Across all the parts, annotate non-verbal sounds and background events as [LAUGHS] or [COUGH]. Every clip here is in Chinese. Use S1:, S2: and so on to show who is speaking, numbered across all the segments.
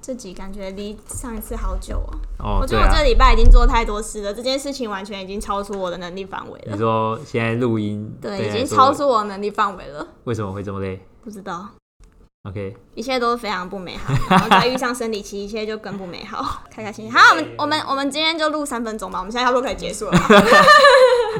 S1: 这集感觉离上一次好久哦。
S2: 哦，
S1: 我觉
S2: 对
S1: 得我
S2: 啊
S1: 这礼拜已经做太多事了，这件事情完全已经超出我的能力范围
S2: 你
S1: 了。
S2: 说现在录音，
S1: [LAUGHS] 对，
S2: 你
S1: 已
S2: 来
S1: 经
S2: 说
S1: 超出我的能力范围了。
S2: 为什么会这么累
S1: 不知道，
S2: ？OK， [LAUGHS]
S1: 一切都是非常不美好。然后再遇上生理期，一切就更不美好。 [LAUGHS] 开开心心。好，我们我们我们今天就录三分钟吧，我们现在差不多可以结束
S2: [LAUGHS]
S1: 了吧。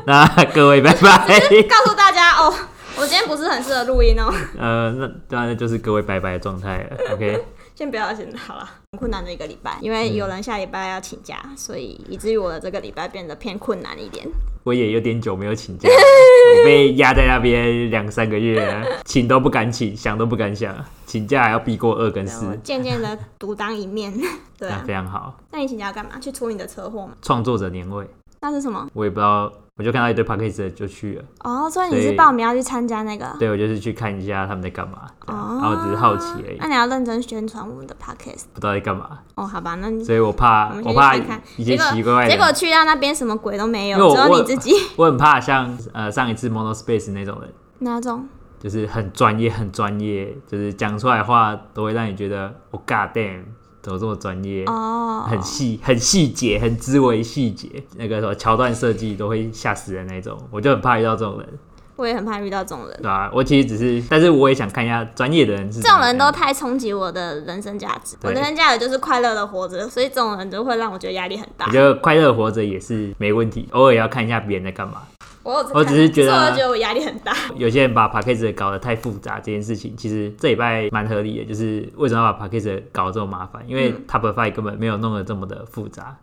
S2: 那各位拜拜。 [LAUGHS]
S1: 告诉大家哦，我今天不是很适合录音哦， [LAUGHS]
S2: 呃，那当然就是各位拜拜的状态了。OK，
S1: [LAUGHS] 先不要先好了。很困难的一个礼拜，因为有人下礼拜要请假，
S2: 嗯
S1: 所以以至于我的这个礼拜变得偏困难一点。
S2: 我也有点久没有
S1: [LAUGHS]
S2: 请假了，我被压在那边两三个月了，请都不敢请，想都不敢想，请假还要避过二跟
S1: 对我
S2: 四，
S1: 渐渐的独当一面。 [LAUGHS] 对
S2: 那
S1: 啊，
S2: 非常好。
S1: 那你请假干嘛？去处理你的车祸吗？
S2: 创作者年会，
S1: 那是什么？
S2: 我也不知道，我就看到一堆 p a c k a g e 就去了，
S1: 哦，所以你
S2: 所
S1: 是
S2: 以
S1: 报名要去参加那个？
S2: 对我就是去看一下他们在干嘛，这样
S1: 哦，哎
S2: 然后我只是好奇而已，
S1: 那你要认真宣传我们的 podcast
S2: 不知道在干嘛，
S1: 哦，好吧，那你
S2: 所以我怕
S1: 我们先
S2: 我
S1: 去
S2: 怕
S1: 看看
S2: 一些
S1: 结果
S2: 奇怪怪
S1: 结
S2: 的
S1: 果去到那边什么鬼都没有
S2: 因为，我
S1: 只有
S2: 我
S1: 你自己 [LAUGHS]
S2: 我很怕像呃上一次 Monospace 那种人，
S1: 那种。
S2: 就是很专业、很专业，就是讲出来的话都会让你觉得我、oh、God damn，怎么这么专业？
S1: 哦，
S2: [LAUGHS] 很细、很细节、很枝微细节，那个什么桥段设计都会吓死人那种，我就很怕遇到这种人，
S1: 我也很怕遇到这种人
S2: 对。吧、我其实只是，但是我也想看一下专业的人是啊
S1: 这种人都太冲击我的人生价值，我
S2: 对
S1: 的人生价值就是快乐的活着，所以这种人就会让我觉得压力很大
S2: 我。觉得快乐活着也是没问题，偶尔也要看一下别人在干嘛。
S1: 我有在
S2: 我只是
S1: 看
S2: 觉得
S1: 所以我觉得我压力很大。
S2: 有些人把 p a c k a g e 搞得太复杂这件事情，其实这礼拜蛮合理的，就是为什么要把 p a c k a g e 搞得这么麻烦？因为
S1: 嗯
S2: Top Five 根本没有弄得这么的复杂。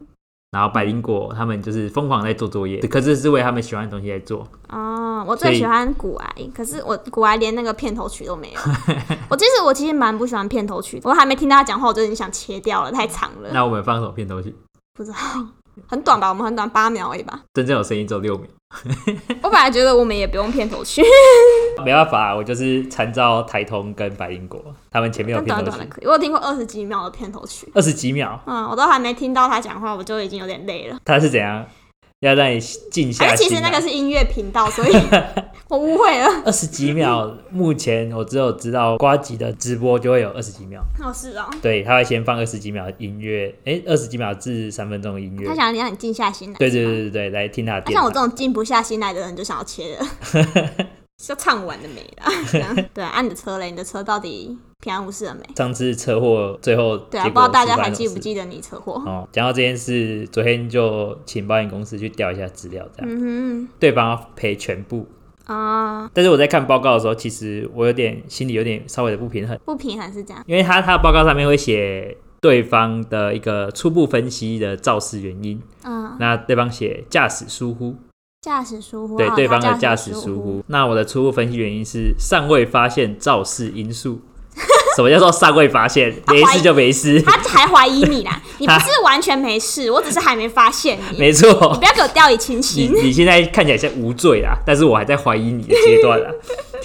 S2: 然后百灵果他们就是疯狂在做作业，可是是为他们喜欢的东西在做。
S1: 哦，我
S2: 所
S1: 最
S2: 以
S1: 喜欢古癌，可是我古癌连那个片头曲都没有。我其实我其实蛮不喜欢片头曲，我还没听到他讲话，我就已经想切掉了，太长了，
S2: 那我们放什么片头曲？
S1: 不知道。很短吧，我们很短，八秒而已吧。
S2: 真正有声音只有六秒。
S1: 我本来觉得我们也不用片头曲，
S2: 没办法，我就是参照台通跟百灵果，他们前面有
S1: 但
S2: 片
S1: 短
S2: 头
S1: 短的
S2: 曲，
S1: 可以。我有听过二十几秒的片头曲，
S2: 二十几秒，
S1: 嗯，我都还没听到他讲话，我就已经有点累了。
S2: 他是怎样要让你静
S1: 还
S2: 下
S1: 是哎
S2: 心
S1: 其
S2: 来？
S1: 实那个是音乐频道，
S2: [LAUGHS]
S1: 所以我误会了。
S2: 二十几秒，目前我只有知道瓜吉的直播就会有二十几秒，
S1: 哦，是哦，
S2: 对，他会先放二十几秒的音乐，诶，二十几秒至三分钟的音乐
S1: 他，想让你静下心来。
S2: 对对对对对，来听他的
S1: 那
S2: 电
S1: 像我
S2: 台
S1: 这。种静不下心来的人，就想要切
S2: [LAUGHS]
S1: 了，就唱完了没啦。这样对啊，啊你的车嘞？你的车到底平安无事了没？
S2: 上次车祸最后
S1: 对
S2: 结
S1: 啊，
S2: 果
S1: 不知道大家
S2: 是发
S1: 还
S2: 生什
S1: 记
S2: 么
S1: 不
S2: 事
S1: 记得你车祸？
S2: 哦，讲到这件事，昨天就请保险公司去调一下资料，这样、
S1: 嗯
S2: 对方要赔全部。
S1: 哼啊、
S2: 但是我在看报告的时候，其实我有点心里有点稍微的不平衡，
S1: 不平衡是这样。
S2: 因为他他的报告上面会写对方的一个初步分析的肇事原因，
S1: 嗯，
S2: 那对方写驾驶疏忽，
S1: 驾驶疏忽啊，
S2: 对对方的
S1: 驾
S2: 驾驶疏
S1: 忽。
S2: 忽。那我的初步分析原因是尚未发现肇事因素。 [LAUGHS] 什么叫做尚未发现？
S1: [LAUGHS] 他
S2: 没
S1: 怀疑
S2: 事就没事， [LAUGHS]
S1: 他还怀疑你啦，你不是完全没事，我只是还没发现你。
S2: 没
S1: 你
S2: 错
S1: 不。要给我掉以轻
S2: 你
S1: 心。
S2: 你现在看起来像无罪啦，但是我还在怀疑你的阶
S1: [LAUGHS]
S2: 段啦。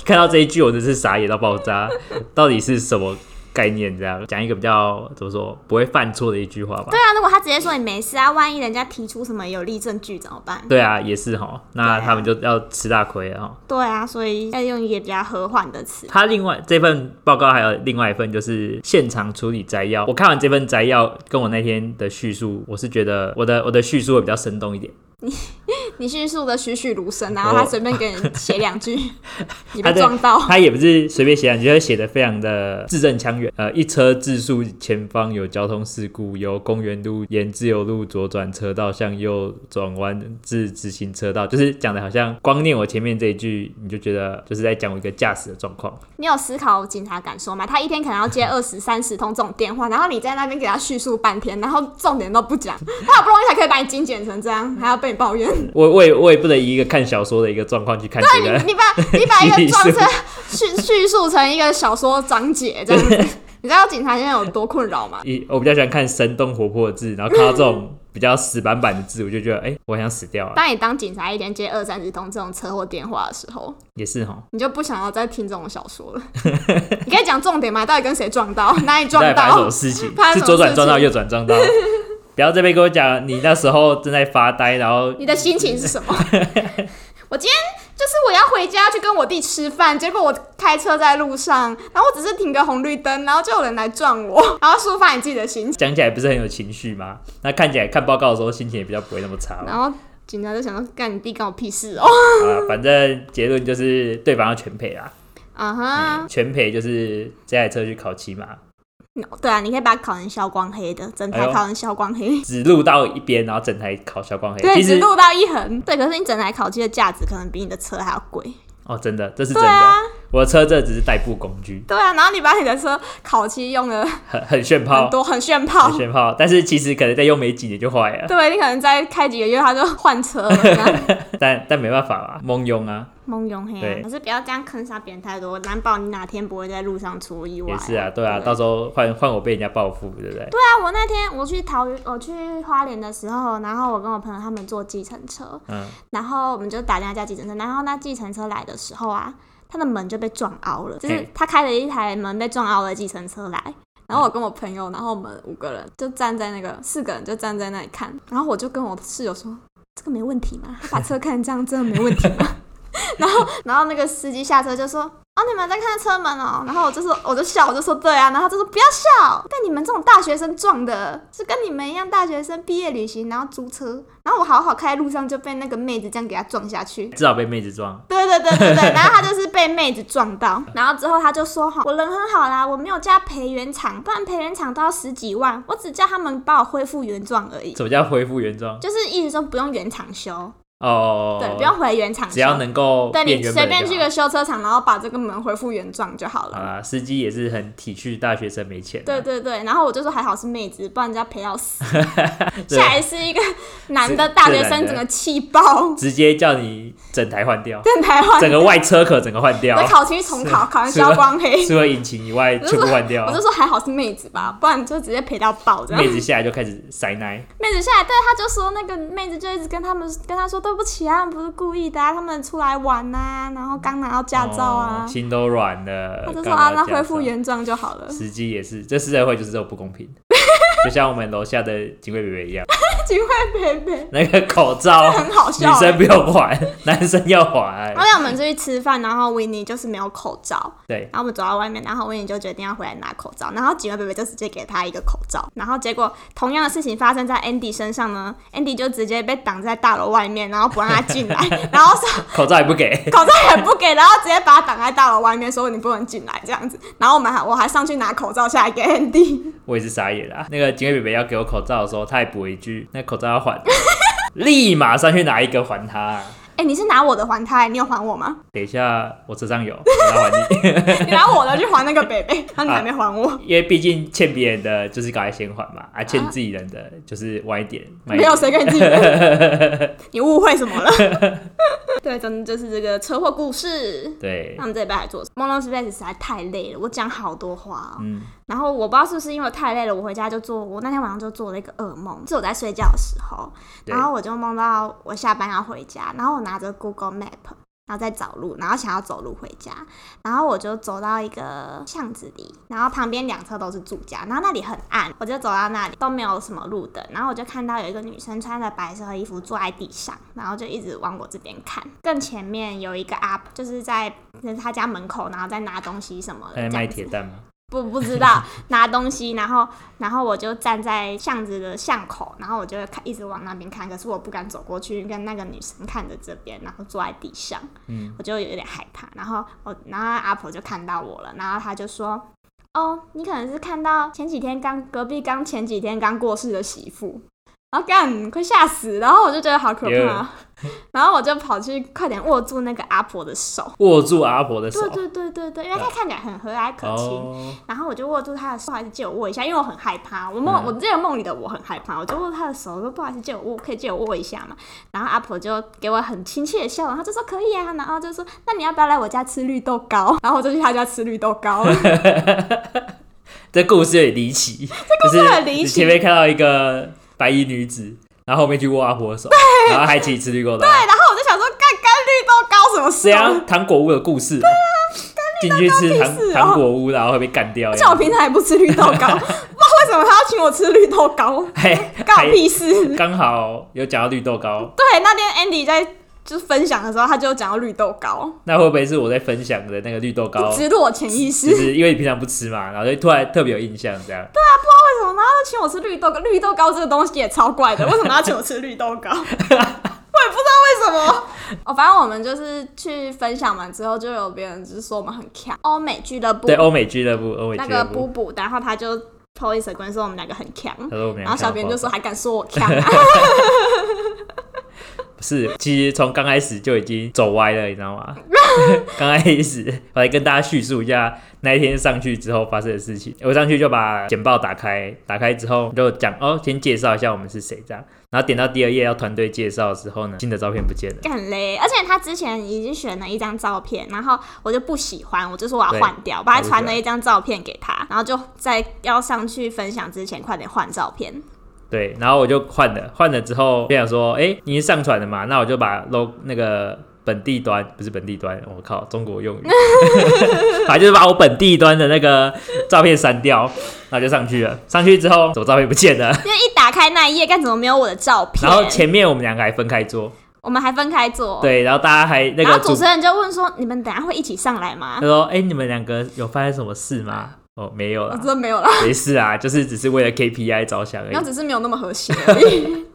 S2: 看到这一句，我真是傻眼到爆炸，到底是什么概念？这样讲一个比较怎么说不会犯错的一句话吧
S1: 对。啊，如果他直接说你没事啊，万一人家提出什么有利证据怎么办？
S2: 对啊，也是哈，那
S1: 对啊
S2: 他们就要吃大亏了哈。
S1: 对啊，所以要用一个比较和缓的词。
S2: 他另外这份报告还有另外一份就是现场处理摘要。我看完这份摘要，跟我那天的叙述，我是觉得我的我的叙述会比较生动一点。
S1: 你迅速的栩栩如生，然后他随便给你写两
S2: [LAUGHS]
S1: 句，你
S2: 他
S1: 被
S2: 的
S1: 撞到。
S2: 哦他也不是随便写啊，你觉得写的非常的字正腔圆。呃，一车自述前方有交通事故，由公园路沿自由路左转车道向右转弯至直行车道，就是讲的好像光念我前面这一句，你就觉得就是在讲我一个驾驶的状况。
S1: 你有思考警察感受吗？他一天可能要接二十三十通这种电话，然后你在那边给他叙述半天，然后重点都不讲，他好不容易才可以把你精简成这样，还要被你抱怨。
S2: 我我也我也不能以一个看小说的一个状况去看这个。
S1: [LAUGHS] 你把你把一
S2: [LAUGHS] 心
S1: 个
S2: 理
S1: 撞
S2: 素
S1: 车叙叙述成一个小说章节这样子，你知道警察现在有多困扰吗？
S2: 一我比较喜欢看生动活泼的字，然后看到这种比较死板板的字，我就觉得哎、我想死掉了。
S1: 当你当警察一天接二三十通这种车祸电话的时候，
S2: 也是哈，
S1: 你就不想要再听这种小说
S2: [LAUGHS]
S1: 了。你可以讲重点吗？到底跟谁撞到？哪里
S2: 到
S1: 撞
S2: 底发生什
S1: 到
S2: 么？事情
S1: 发？生什么事情
S2: 是左转撞到右
S1: [LAUGHS]
S2: 转撞到？不要这边跟我讲，你那时候正在发呆，然后
S1: [LAUGHS] 你的心情是什么？我今天就是我要回家去跟我弟吃饭，结果我开车在路上，然后我只是停个红绿灯，然后就有人来撞我， [LAUGHS] 然后抒发你自己的心情，
S2: 讲起来不是很有情绪吗？那看起来看报告的时候心情也比较不会那么差嘛。
S1: 然后警察就想说，干你弟干我屁事哦、 [LAUGHS]
S2: 啊，反正结论就是对方要全赔啦，
S1: 啊哈，
S2: 全赔就是这台车去烤漆嘛，
S1: 对啊，你可以把它烤成消光黑的，整
S2: 哎
S1: 台
S2: 呦
S1: 烤成消光黑。
S2: 只录到一边，然后整台烤小光
S1: [LAUGHS]
S2: 黑。
S1: 对，
S2: 其
S1: 只
S2: 实
S1: 录到一横。对，可是你整台烤鸡的价值可能比你的车还要贵。
S2: 哦，真的，这是真
S1: 对
S2: 的。
S1: 啊，
S2: 我的车这只是代步工具，
S1: 对啊。然后你把你的车烤漆用的
S2: 很很炫
S1: 很
S2: 炮，
S1: 多，很炫炮
S2: 很。炫炮。但是其实可能再用没几年就坏了，
S1: 对，你可能再开几个月，他就换车了。这样
S2: 但但没办法嘛，蒙庸啊，
S1: 蒙永黑啊
S2: 对，
S1: 可是不要这样坑杀别人太多，难保你哪天不会在路上出意外、
S2: 也是啊，对啊，
S1: 对
S2: 到时候换换我被人家报复，对不对？
S1: 对啊，我那天我去桃园，我去花莲的时候，然后我跟我朋友他们坐计程车，
S2: 嗯，
S1: 然后我们就打电话叫计程车，然后那计程车来的时候啊，他的门就被撞凹了，就是
S2: 嘿
S1: 他开了一台门被撞凹的计程车来。然后我跟我朋友，然后我们五个人就站在那个四个人就站在那里看，然后我就跟我室友说：“这个没问题吗？他把车开成这样，真的没问题吗？” [LAUGHS] 然后，然后那个司机下车就说：“哦，你们在看车门哦。”然后我就说，我就笑，我就说：“对啊。”然后他就说：“不要笑，被你们这种大学生撞的，是跟你们一样大学生毕业旅行，然后租车，然后我好好开路上就被那个妹子这样给他撞下去。”
S2: 至少被妹子撞，
S1: 对对对对
S2: [LAUGHS]
S1: 对，然后他就是被妹子撞到，然后之后他就说哈，我人很好啦，我没有叫赔原厂，不然赔原厂都要十几万，我只叫他们帮我恢复原状而已，
S2: 什么叫恢复原状？
S1: 就是意思说不用原厂修，
S2: 哦，
S1: 对，不用回原厂修，
S2: 只要能够
S1: 对
S2: 变
S1: 你
S2: 原
S1: 随
S2: 本
S1: 便
S2: 就
S1: 去
S2: 好啊
S1: 个修车厂，然后把这个门恢复原状就好了。
S2: 好啦，司机也是很体恤大学生没钱、啊，
S1: 对对对，然后我就说还好是妹子，不然人家赔到死。
S2: [LAUGHS] 对
S1: 下来是一个男的
S2: 自
S1: 大学
S2: 自然
S1: 生，
S2: 的
S1: 整个气爆，
S2: 直接叫你整台换掉，
S1: 电台湾
S2: 整个外车壳整个换掉
S1: 我，考区重考，考完
S2: 是吗
S1: 消光黑。
S2: 除了引擎以外 [LAUGHS] 全部换掉
S1: 我。就说还好是妹子吧，不然就直接赔到爆这样
S2: 妹。子下来就开始塞奶，
S1: 妹子下来，但他就说那个妹子就一直跟他们跟他说对不起啊，他们不是故意的啊，他们出来玩呐、然后刚拿到驾照啊
S2: 哦，心都软了。
S1: 他就说
S2: 干
S1: 啊
S2: 嘛，
S1: 那
S2: 这样
S1: 恢复
S2: 子啊
S1: 原状就好了。 [LAUGHS]
S2: 司机也是，这社会就是这种不公平， [LAUGHS] 就像我们楼下的警卫北北一样，
S1: 警卫贝贝
S2: 那个口罩
S1: 很好
S2: 女
S1: 笑欸、
S2: 生不用还，男生要还
S1: 而。且我们出去吃饭，然后维尼就是没有口罩，
S2: 对，
S1: 然后我们走到外面，然后维尼就决定要回来拿口罩，然后警卫贝贝就直接给他一个口罩，然后结果同样的事情发生在 Andy 身上呢，Andy 就直接被挡在大楼外面，然后不让他进来，然后说
S2: 口罩也不给，
S1: 口罩也不给，然后直接把他挡在大楼外面，说你不能进来这样子。然后我们还我还上去拿口罩下来给 Andy， [LAUGHS]
S2: 我也是傻眼啦。那个警卫北北要给我口罩的时候，他还补一句：“那口罩要还。”立马上去拿一个还他啊。
S1: 哎、你是拿我的还他，你有还我吗？ [LAUGHS]
S2: 等一下，我车上有，我要还你， [LAUGHS]
S1: 你拿我的去还那个北北，那你还没还我，
S2: 因为毕竟欠别人的就是赶快先还嘛，啊，欠自己人的就是晚一点。慢
S1: 没
S2: 一点
S1: 有谁跟你自己， [LAUGHS] 你误会什么了？对，真的就是这个车祸故事。
S2: 对
S1: 那，我们这礼拜还做什么？Mono Space 实在太累了，我讲好多话、哦。
S2: 嗯，
S1: 然后我不知道是不是因为我太累了，我回家就做，我那天晚上就做了一个噩梦，是我在睡觉的时候，
S2: 对
S1: 然后我就梦到我下班要回家，然后我拿着 Google Map，然后在找路，然后想要走路回家，然后我就走到一个巷子里，然后旁边两侧都是住家，然后那里很暗，我就走到那里都没有什么路灯，然后我就看到有一个女生穿着白色的衣服坐在地上，然后就一直往我这边看，更前面有一个阿婆，就是在就是他家门口，然后在拿东西什么的，
S2: 他在
S1: 这
S2: 卖
S1: 样子
S2: 铁蛋吗？
S1: 不不知道拿东西，然后然后我就站在巷子的巷口，然后我就看一直往那边看，可是我不敢走过去，跟那个女生看着这边，然后坐在地上，
S2: 嗯，
S1: 我就有点害怕。然后我然后阿婆就看到我了，然后她就说：“哦，你可能是看到前几天刚隔壁刚前几天刚过世的媳妇。”然后干，快吓死！然后我就觉得好可怕
S2: Yeah
S1: 然后我就跑去快点握住那个阿婆的手。
S2: 握住阿婆的手
S1: 对。对对对对，因为她看起来很和蔼可亲
S2: 哦，
S1: 然后我就握住他的手，不好意思借我握一下，因为我很害怕。我梦、
S2: 嗯
S1: 我这个梦里的我很害怕，我就握他的手，我说不好意思借我握，可以借我握一下嘛。然后阿婆就给我很亲切的笑容，她就说可以啊，然后就说那你要不要来我家吃绿豆糕？ [LAUGHS] 然后我就去他家吃绿豆糕了。
S2: 这故事有点离奇，这
S1: 故事很离奇
S2: 前面看到一个白衣女子，然后后面去握阿婆的手，然后还一起吃绿豆糕，
S1: 对，然后我就想说干干绿豆糕什么事
S2: 这
S1: 啊？
S2: 样糖果屋的故事。对啊，进去吃糖
S1: 屁事哦
S2: 糖果屋，然后会被干掉。
S1: 而且我平常也不吃绿豆糕，不知道为什么他要请我吃绿豆糕，
S2: 嘿，
S1: 干
S2: 还
S1: 我屁事。
S2: 刚好有讲到绿豆糕，
S1: 对，那天 Andy 在就是分享的时候，他就讲到绿豆糕，
S2: 那会不会是我在分享的那个绿豆糕？
S1: 植入我潜意识。
S2: 就是因为你平常不吃嘛，然后就突然特别有印象这样。
S1: 为什么？然后他请我吃绿豆糕，绿豆糕这个东西也超怪的，为什么他请我吃绿豆
S2: [LAUGHS]
S1: 糕？我也不知道为什么。哦，反正我们就是去分享完之后，就有别人就是说我们很强，欧美俱乐部
S2: 对，欧美俱乐部，欧美
S1: 那
S2: 俱
S1: 个
S2: 乐
S1: 布
S2: 部，
S1: 布，然后他就 po Instagram 说我们两个很
S2: [LAUGHS]
S1: 强，
S2: 他说我们
S1: 然后
S2: 两个
S1: 小编就说
S2: 看
S1: 还敢说我强、啊，
S2: 到爆是，其实从刚开始就已经走歪了，你知道吗？ [LAUGHS] 刚开始我来跟大家叙述一下那一天上去之后发生的事情。我上去就把简报打开，打开之后就讲哦，先介绍一下我们是谁这样。然后点到第二页要团队介绍的时候呢，新的照片不见了。
S1: [LAUGHS] 干嘞！而且他之前已经选了一张照片，然后我就不喜欢，我就说我要
S2: 对
S1: 换掉，我把他
S2: 我不喜
S1: 传
S2: 欢
S1: 了一张照片给他，然后就在要上去分享之前快点换照片。
S2: 对，然后我就换了，换了之后，店长说：“哎、你已经上传了嘛？那我就把 l o 那个本地端不是本地端，我靠，中
S1: [LAUGHS]
S2: 国用语，反正就是把我本地端的那个照片删掉，然后就上去了。上去之后，我照片不见了，
S1: [LAUGHS] 因为一打开那一页，干怎么没有我的照片？
S2: 然后前面我们两个还分开坐，
S1: 我们还分开坐，
S2: 对，然后大家还
S1: 哦
S2: 那
S1: 然
S2: 个
S1: 后主
S2: 主
S1: 持人就问说：“你们等下会一起上来吗
S2: 他说：哎、你们两个有发生什么事吗？哦，没？”有
S1: 我
S2: 啦
S1: 真，的没有了，
S2: 没事啊，就是只是为了 KPI 着想而
S1: 然后
S2: 已。
S1: 只是没有那么和谐而已。 [LAUGHS]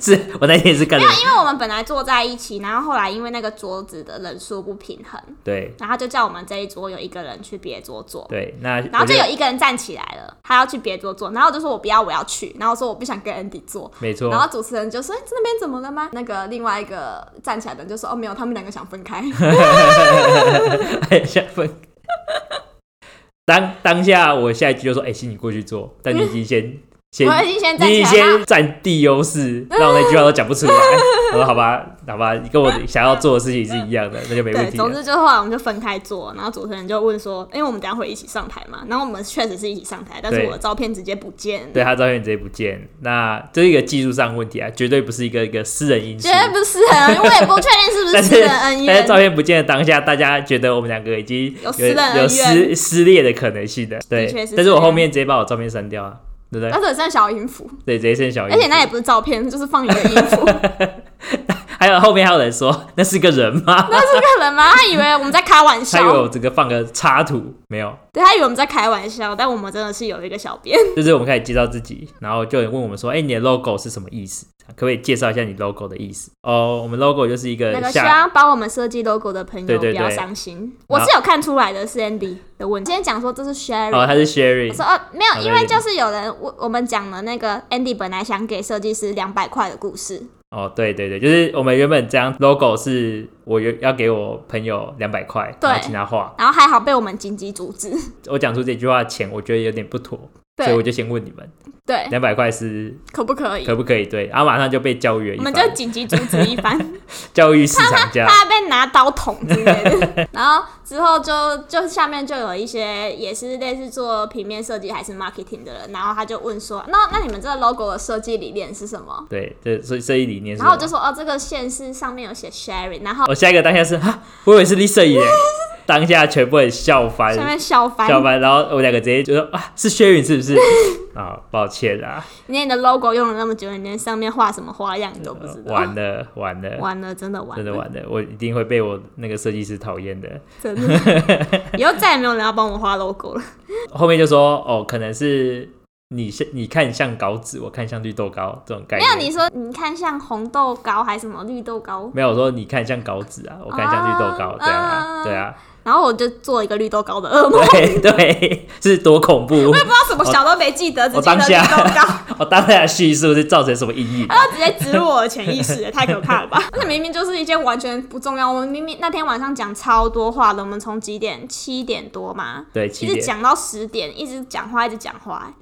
S2: 是我那天也是干了，
S1: 因为我们本来坐在一起，然后后来因为那个桌子的人数不平衡，
S2: 对
S1: 然后他就叫我们这一桌有一个人去别桌坐。
S2: 对，那
S1: 然后
S2: 我
S1: 就有一个人站起来了，他要去别桌坐，然后我就说我不要，我要去，然后我说我不想跟 Andy 坐，
S2: 没错，
S1: 然后主持人就说哎那边怎么了吗？那个另外一个站起来的人就说哦没有，他们两个想
S2: [LAUGHS]
S1: 分开，
S2: 很像哎分。当当下，我下一句就说：“哎、请你过去做。”但你已经先先，
S1: 我已经先站
S2: 你
S1: 起
S2: 已经
S1: 来了，
S2: 先占地优势，让我那句话都讲不出来。我说：“好吧，好吧，你跟我想要做的事情是一样的，那就没问
S1: 对，
S2: 题
S1: 总
S2: 了。
S1: 之就后来我们就分开坐，然后主持人就问说，因为我们等一下会一起上台嘛，然后我们确实是一起上台，但是
S2: 对
S1: 我的照片直接不见，” [LAUGHS]
S2: 对，他照片直接不见，那这是一个技术上问题啊，绝对不是一个一个私人因素
S1: 绝。对不是私人恩怨，我也不确定是不是
S2: 但
S1: 私 [LAUGHS]
S2: 是
S1: 人恩
S2: 但
S1: 怨
S2: 是，照片不见的当下，大家觉得我们两个已经
S1: 有私人恩
S2: 有
S1: 怨
S2: 撕撕裂的可能性的，对
S1: 确是。
S2: 但是
S1: 这
S2: 我
S1: 样
S2: 后面直接把我照片删掉啊，对不对
S1: 但？是我像小音符，
S2: 对，直接剩小鱼。
S1: 而且那也不是照片，就是放一个衣服，
S2: 还有后面还有人说 [LAUGHS] 那是个人吗？
S1: 那是个人吗？他以为我们在开玩
S2: 他以为
S1: 笑
S2: 我，这个放个插图，没有，
S1: 对，他以为我们在开玩笑，但我们真的是有一个小编。
S2: 就是我们开始介绍自己，然后就有人问我们说，哎、你的 logo 是什么意思？可不可以介绍一下你 logo 的意思？哦，我们 logo 就是一
S1: 那
S2: 个
S1: 个希
S2: 下，
S1: 望帮我们设计 logo 的朋友
S2: 对对
S1: 不要
S2: 对
S1: 伤心。我是有看出来的，是 Andy 的问题。今天讲说这是 Sherry，、
S2: 哦，他是
S1: 我
S2: Sherry，
S1: 说哦没
S2: 好
S1: 有，
S2: 的
S1: 因为就是有人我我们讲了那个 Andy 本来想给设计师两百块的故事，
S2: 哦，对对对，就是我们原本这样 logo 是我原要给我朋友两百块，
S1: 对
S2: 然后请他画。
S1: 然后还好被我们紧急阻止。
S2: 我讲出这句话前，我觉得有点不妥，所以我
S1: 对
S2: 就先问你们，
S1: 对，
S2: 两百块是
S1: 可不可以？
S2: 可不可以？对，然后马上就被教育了一
S1: 我们
S2: 番，
S1: 就紧急阻止一番， [LAUGHS]
S2: 教育市场价。
S1: 怕被拿刀捅之类的。 [LAUGHS] 然后之后就就下面就有一些也是类似做平面设计还是 marketing 的人，然后他就问说，那那你们这个 logo 的设计理念是什么？
S2: 对，这所以这一理念是什
S1: 然
S2: 么。嗯
S1: 后我就说哦，这个县市上面有写 Sherry，然后
S2: 我下一个当下是哈，我以为是 Lisa 耶，当下全部人笑翻，
S1: 下面笑翻，
S2: 笑翻，然后我们两个直接就说啊，是薛云是不是？ [LAUGHS] 啊、抱歉啊，
S1: 你连你的 logo 用了那么久，你连上面画什么花样你都不知道，
S2: 完了完 [LAUGHS] 了，
S1: 完了，真的完
S2: 真的
S1: 了，
S2: 完了，我一定会被我那个设计师讨厌的。
S1: 真的，
S2: [LAUGHS]
S1: 以后再也没有人要帮我画 logo 了。
S2: 后面就说哦，可能是你像你看像稿纸，我看像绿豆糕这种概
S1: 没
S2: 念。
S1: 有，你说你看像红豆糕还是什么绿豆糕，
S2: 没有我说你看像稿纸啊，我看像绿豆糕
S1: 啊
S2: 这样啊，
S1: 啊
S2: 对啊，
S1: 然后我就做一个绿豆糕的噩梦，
S2: 对 [LAUGHS] 对，是多恐怖！
S1: 不知道什么小都没记得，只
S2: 我
S1: 记得
S2: 当
S1: 绿
S2: 下
S1: 豆糕，
S2: [LAUGHS] 我当下的叙述是造成什么阴影？
S1: 然后直接植入我的潜意识，也太可怕了
S2: [LAUGHS]
S1: 吧！那明明就是一件完全不重要，我们明明那天晚上讲超多话的，我们从几点？七点多嘛，
S2: 对，
S1: 一
S2: 七
S1: 直
S2: 点
S1: 讲到十点，一直讲话，一直讲话，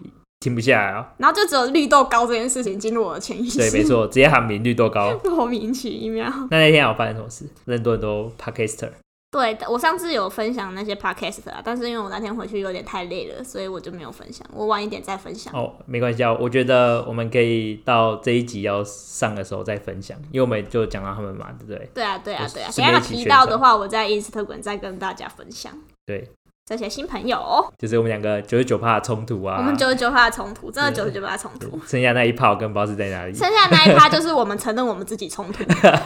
S2: 停不下来啊、
S1: 然后就只有绿豆糕这件事情进入我的潜意识，
S2: [LAUGHS] 对，没，错，直接喊名绿豆糕。
S1: [LAUGHS] 莫名其妙。
S2: 那那天我发生什么事？很多很多 podcaster，
S1: 对我上次有分享那些 podcast 啊，但是因为我那天回去有点太累了，所以我就没有分享，我晚一点再分享。
S2: 哦，没关系啊，我觉得我们可以到这一集要上的时候再分享，因为我们就讲到他们嘛，对不对？
S1: 对啊，对啊，对啊，
S2: 我
S1: 等一下
S2: 顺便一起
S1: 提
S2: 宣
S1: 到
S2: 传
S1: 的话，我在 Instagram 再跟大家分享。
S2: 对，
S1: 这些新朋友。哦
S2: 就是我们两个九十九趴的冲突啊。
S1: 我们九十九趴的冲突，真的九十九趴的冲突。
S2: 剩下那一趴，我跟不知道是在哪里。
S1: 剩下那一趴就是啊我们承认我们自己冲
S2: [LAUGHS]
S1: 突，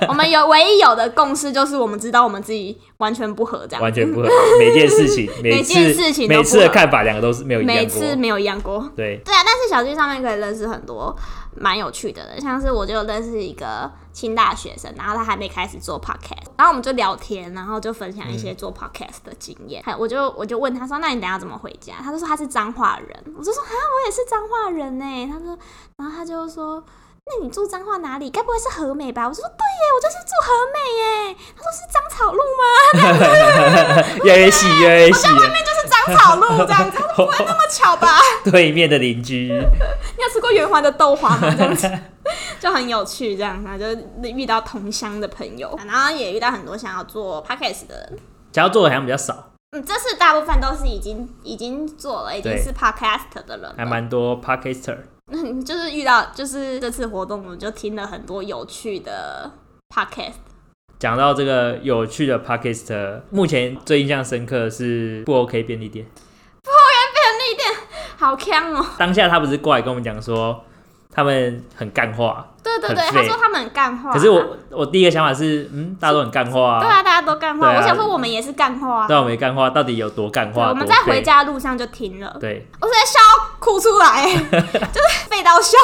S1: 我们有唯一有的共识就是我们知道我们自己完全不合这样，
S2: 完全不合，
S1: [LAUGHS]
S2: 每件事情，每次
S1: 件事情都不合
S2: 每次的看法，两个都是没有一
S1: 每
S2: 样过。
S1: 次没有一样过。
S2: 对，
S1: 对啊，但是小剧上面可以认识很多蛮有趣的人，像是我就认识一个清大学生，然后他还没开始做 podcast，然后我们就聊天，然后就分享一些做 podcast 的经验。还有我就我就问他说：“那你等一下怎么回家？”他就说他是彰化人，我就说：“啊，我也是彰化人呢、他说，然后他就说。那你住彰化哪里？该不会是和美吧？我就说对耶，我就是住和美耶。他说是彰草路吗？ [LAUGHS]
S2: 越来越细，越来越细了。
S1: 那就是彰草路这样子，他说不会那么巧吧？
S2: [LAUGHS] 对面的邻居，
S1: 你有吃过圆环的豆花吗？这样
S2: [LAUGHS]
S1: 子 [LAUGHS] 就很有趣，这样然后就遇到同乡的朋友，然后也遇到很多想要做 podcast 的人。
S2: 想要做的好像比较少，
S1: 嗯，这是大部分都是已经已经做了，已经
S2: 对
S1: 是 podcast 的人
S2: 还
S1: 了。
S2: 蛮多 podcaster。
S1: 嗯，就是遇到就是这次活动，我就听了很多有趣的 podcast。
S2: 讲到这个有趣的 podcast，目前最印象深刻的是不 OK 便利店。
S1: 好强哦、
S2: 当下他不是过来跟我们讲说，他们很干话，
S1: 对对
S2: 很
S1: 对，他
S2: 废
S1: 说他们很干话啊、
S2: 可是我我第一个想法是，嗯，大家都很干话、
S1: 对啊，大家都干话。
S2: 对啊
S1: 我想说我们也是干话啊、
S2: 但我没干话，到底有多干
S1: 对
S2: 话？
S1: 我们
S2: 多
S1: 在回
S2: 废
S1: 家的路上就听了，
S2: 对，
S1: 我是在笑到哭出来， [LAUGHS] 就是废到笑。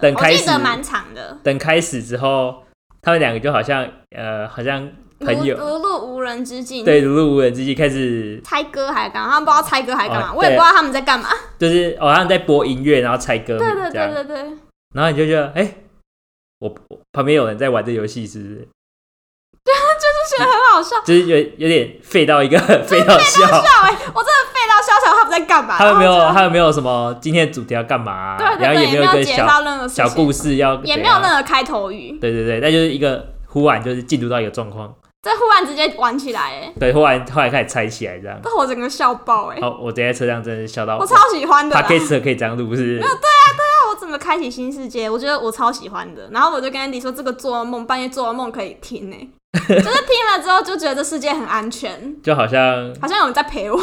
S2: 等
S1: 我
S2: 开
S1: 记
S2: 始
S1: 得蛮长的，
S2: 等开始之后，他们两个就好像呃，好像朋友
S1: 如入无人之境。
S2: 对如入无人之际开始，
S1: 猜歌还干嘛？他们不知道猜歌还干嘛，
S2: 哦
S1: 我也不知
S2: 对
S1: 道他们在干嘛。
S2: 就是哦好像在播音乐，然后猜歌名
S1: 对对
S2: 这样
S1: 对对对，
S2: 然后你就觉得，哎、我我旁边有人在玩这游戏，是不是？
S1: 就觉得很好笑。
S2: 就是有有点废到一个 [LAUGHS] 废到笑，
S1: 笑哎、
S2: [LAUGHS]
S1: 我真的废到笑，想他们在干嘛？
S2: 他们没有
S1: 然后
S2: 他们没有什么今天的主题要干嘛啊、
S1: 就，对对
S2: 然后
S1: 对，
S2: 也没有一
S1: 没
S2: 个
S1: 有介
S2: 小
S1: 绍任何事情
S2: 小故，事啊要怎
S1: 也
S2: 样，
S1: 没有任何开头语，
S2: 对对对，那就是一个忽然就是进入到一个状况，
S1: 这忽然直接玩起来哎、
S2: 对，忽然后来开始猜起来这样。
S1: 这我整个笑爆哎、
S2: 好，我直接在车上真的是笑到
S1: 我超啊喜欢的啦。
S2: ，Podcast 可以这样录，是不是？
S1: 我怎么开启新世界？我觉得我超喜欢的。然后我就跟 Andy 说，这个做梦半夜做梦可以听
S2: [LAUGHS]
S1: 呢、就是听了之后就觉得这世界很安全，
S2: 就好像
S1: 好像有人在陪我。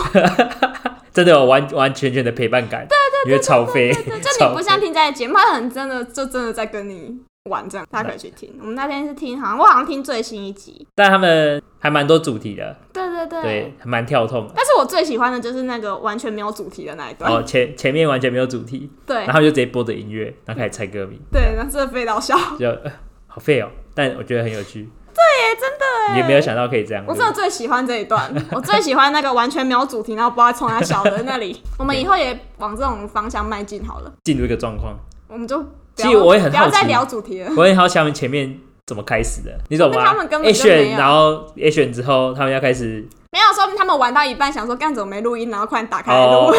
S2: 真的有完完全全的陪伴感，对对对，因为超飞，
S1: 就你不像
S2: 超废
S1: 听在的节目，他很真的就真的在跟你玩这样，大家可以去听。我们那天是听，好像我好像听最新一集，
S2: 但他们还蛮多主题的，
S1: 对对对。
S2: 对，还蛮跳痛的。
S1: 但是我最喜欢的就是那个完全没有主题的那一段，
S2: 哦，前前面完全没有主题，
S1: 对
S2: 然后就直接播着音乐，然后开始猜歌名，
S1: 对，那真的非常笑，
S2: 就、呃好废哦，但我觉得很有趣。对耶，真的也没有想到可以这样录。
S1: 我真的最喜欢这一
S2: [LAUGHS]
S1: 段，我最喜欢那个完全没有主题，然后不知道从哪小的那
S2: [LAUGHS]
S1: 里。我们以后也往这种方向迈进好了，
S2: 进入一个状况，
S1: 我们就不
S2: 其实
S1: 要
S2: 我也很
S1: 不要
S2: 好奇
S1: 再聊主题了。
S2: 我很好奇他们前面怎么开始的，你懂吗？
S1: 他们根本
S2: A
S1: 就没有
S2: 选，然后 A 选之后，他们要开始
S1: 没有说他们玩到一半，想说干怎么没录音，然后快点打
S2: 哦
S1: 开来录。
S2: 哦哦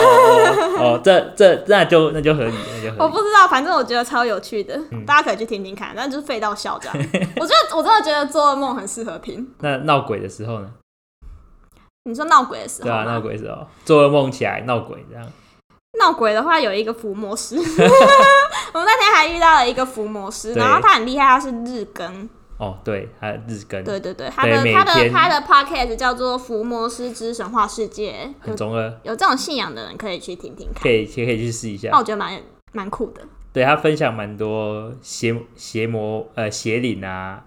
S2: 哦，这这那就那就合理，那就合
S1: 我
S2: 理。
S1: 不知道，反正我觉得超有趣的，
S2: 嗯
S1: 大家可以去听听看。但就是废到笑这样，
S2: [LAUGHS]
S1: 我觉得我真的觉得做噩梦很适合听。
S2: 那闹鬼的时候呢？
S1: 你说闹鬼的时候
S2: 对啊，
S1: 吗，
S2: 闹鬼的时候做噩梦起来闹鬼这样，
S1: 闹鬼的话有一个伏魔
S2: [LAUGHS]
S1: 师，我们那天还遇到了一个伏魔师，
S2: 对
S1: 然后他很厉害，他是日更，
S2: 哦对，还有日更
S1: 对对对，他的
S2: 每
S1: 他的
S2: 天
S1: 他的 podcast 叫做《伏魔师之神话世界》，
S2: 很中二，
S1: 有这种信仰的人可以去听听看
S2: 可，以啊可以可以去试一下
S1: 那。我觉得蛮蛮酷的。
S2: 对他分享蛮多邪邪魔呃邪灵啊，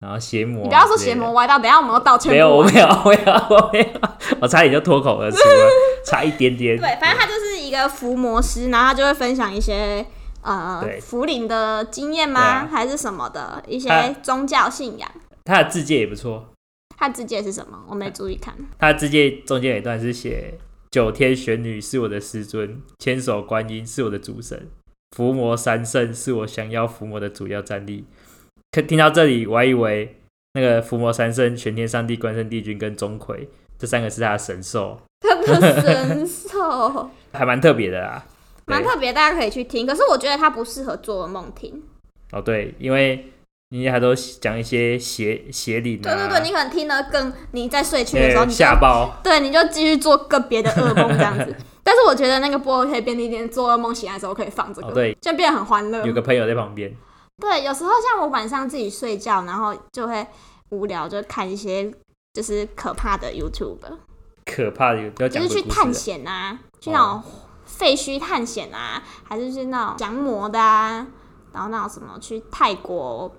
S2: 然后邪魔、啊
S1: 你不要说邪魔，歪道，等一下我们又道歉。
S2: 没有，我没有，我没有，我没有， [LAUGHS] 我差点就脱口而出了，差一点点。
S1: 对，反正他就是一个伏魔师，然后他就会分享一些呃
S2: 对
S1: 福林的经验
S2: 对
S1: 吗
S2: 啊？
S1: 还是什么的一
S2: 他
S1: 些宗教信仰？
S2: 他的字界也不错，
S1: 他自己也是什么？我没注意看。
S2: 他的字界中间有一段是写九天玄女是我的师尊，千手观音是我的主神，伏魔三圣是我降妖伏魔的主要战力。可听到这里，我还以为那个伏魔三圣、玄天上帝、关圣帝君跟钟馗这三个是他的神兽，
S1: 他的神兽
S2: 还蛮特别的啦。
S1: [LAUGHS]
S2: 对
S1: 蛮特别，大家可以去听。可是我觉得他不适合做梦听。
S2: 哦，对，因为你还都讲一些邪邪灵、啊，
S1: 对对对，你可能听得更你在睡去的时候，
S2: 呃
S1: 你就
S2: 吓爆，
S1: 对你就继续做个别的噩梦这样
S2: [LAUGHS]
S1: 子。但是我觉得那个不 OK 便利店做噩梦醒来的时候可以放这
S2: 哦
S1: 个，
S2: 对，
S1: 就变得很欢乐。
S2: 有个朋友在旁边，
S1: 对，有时候像我晚上自己睡觉，然后就会无聊，就看一些就是可怕的 YouTube。
S2: 可怕的，有有
S1: 就
S2: 讲
S1: 是
S2: 鬼
S1: 去
S2: 故事哦
S1: 探
S2: 的
S1: 险啊，去那种废墟探险啊，还是去那种降魔的啊，然后那种什么去泰国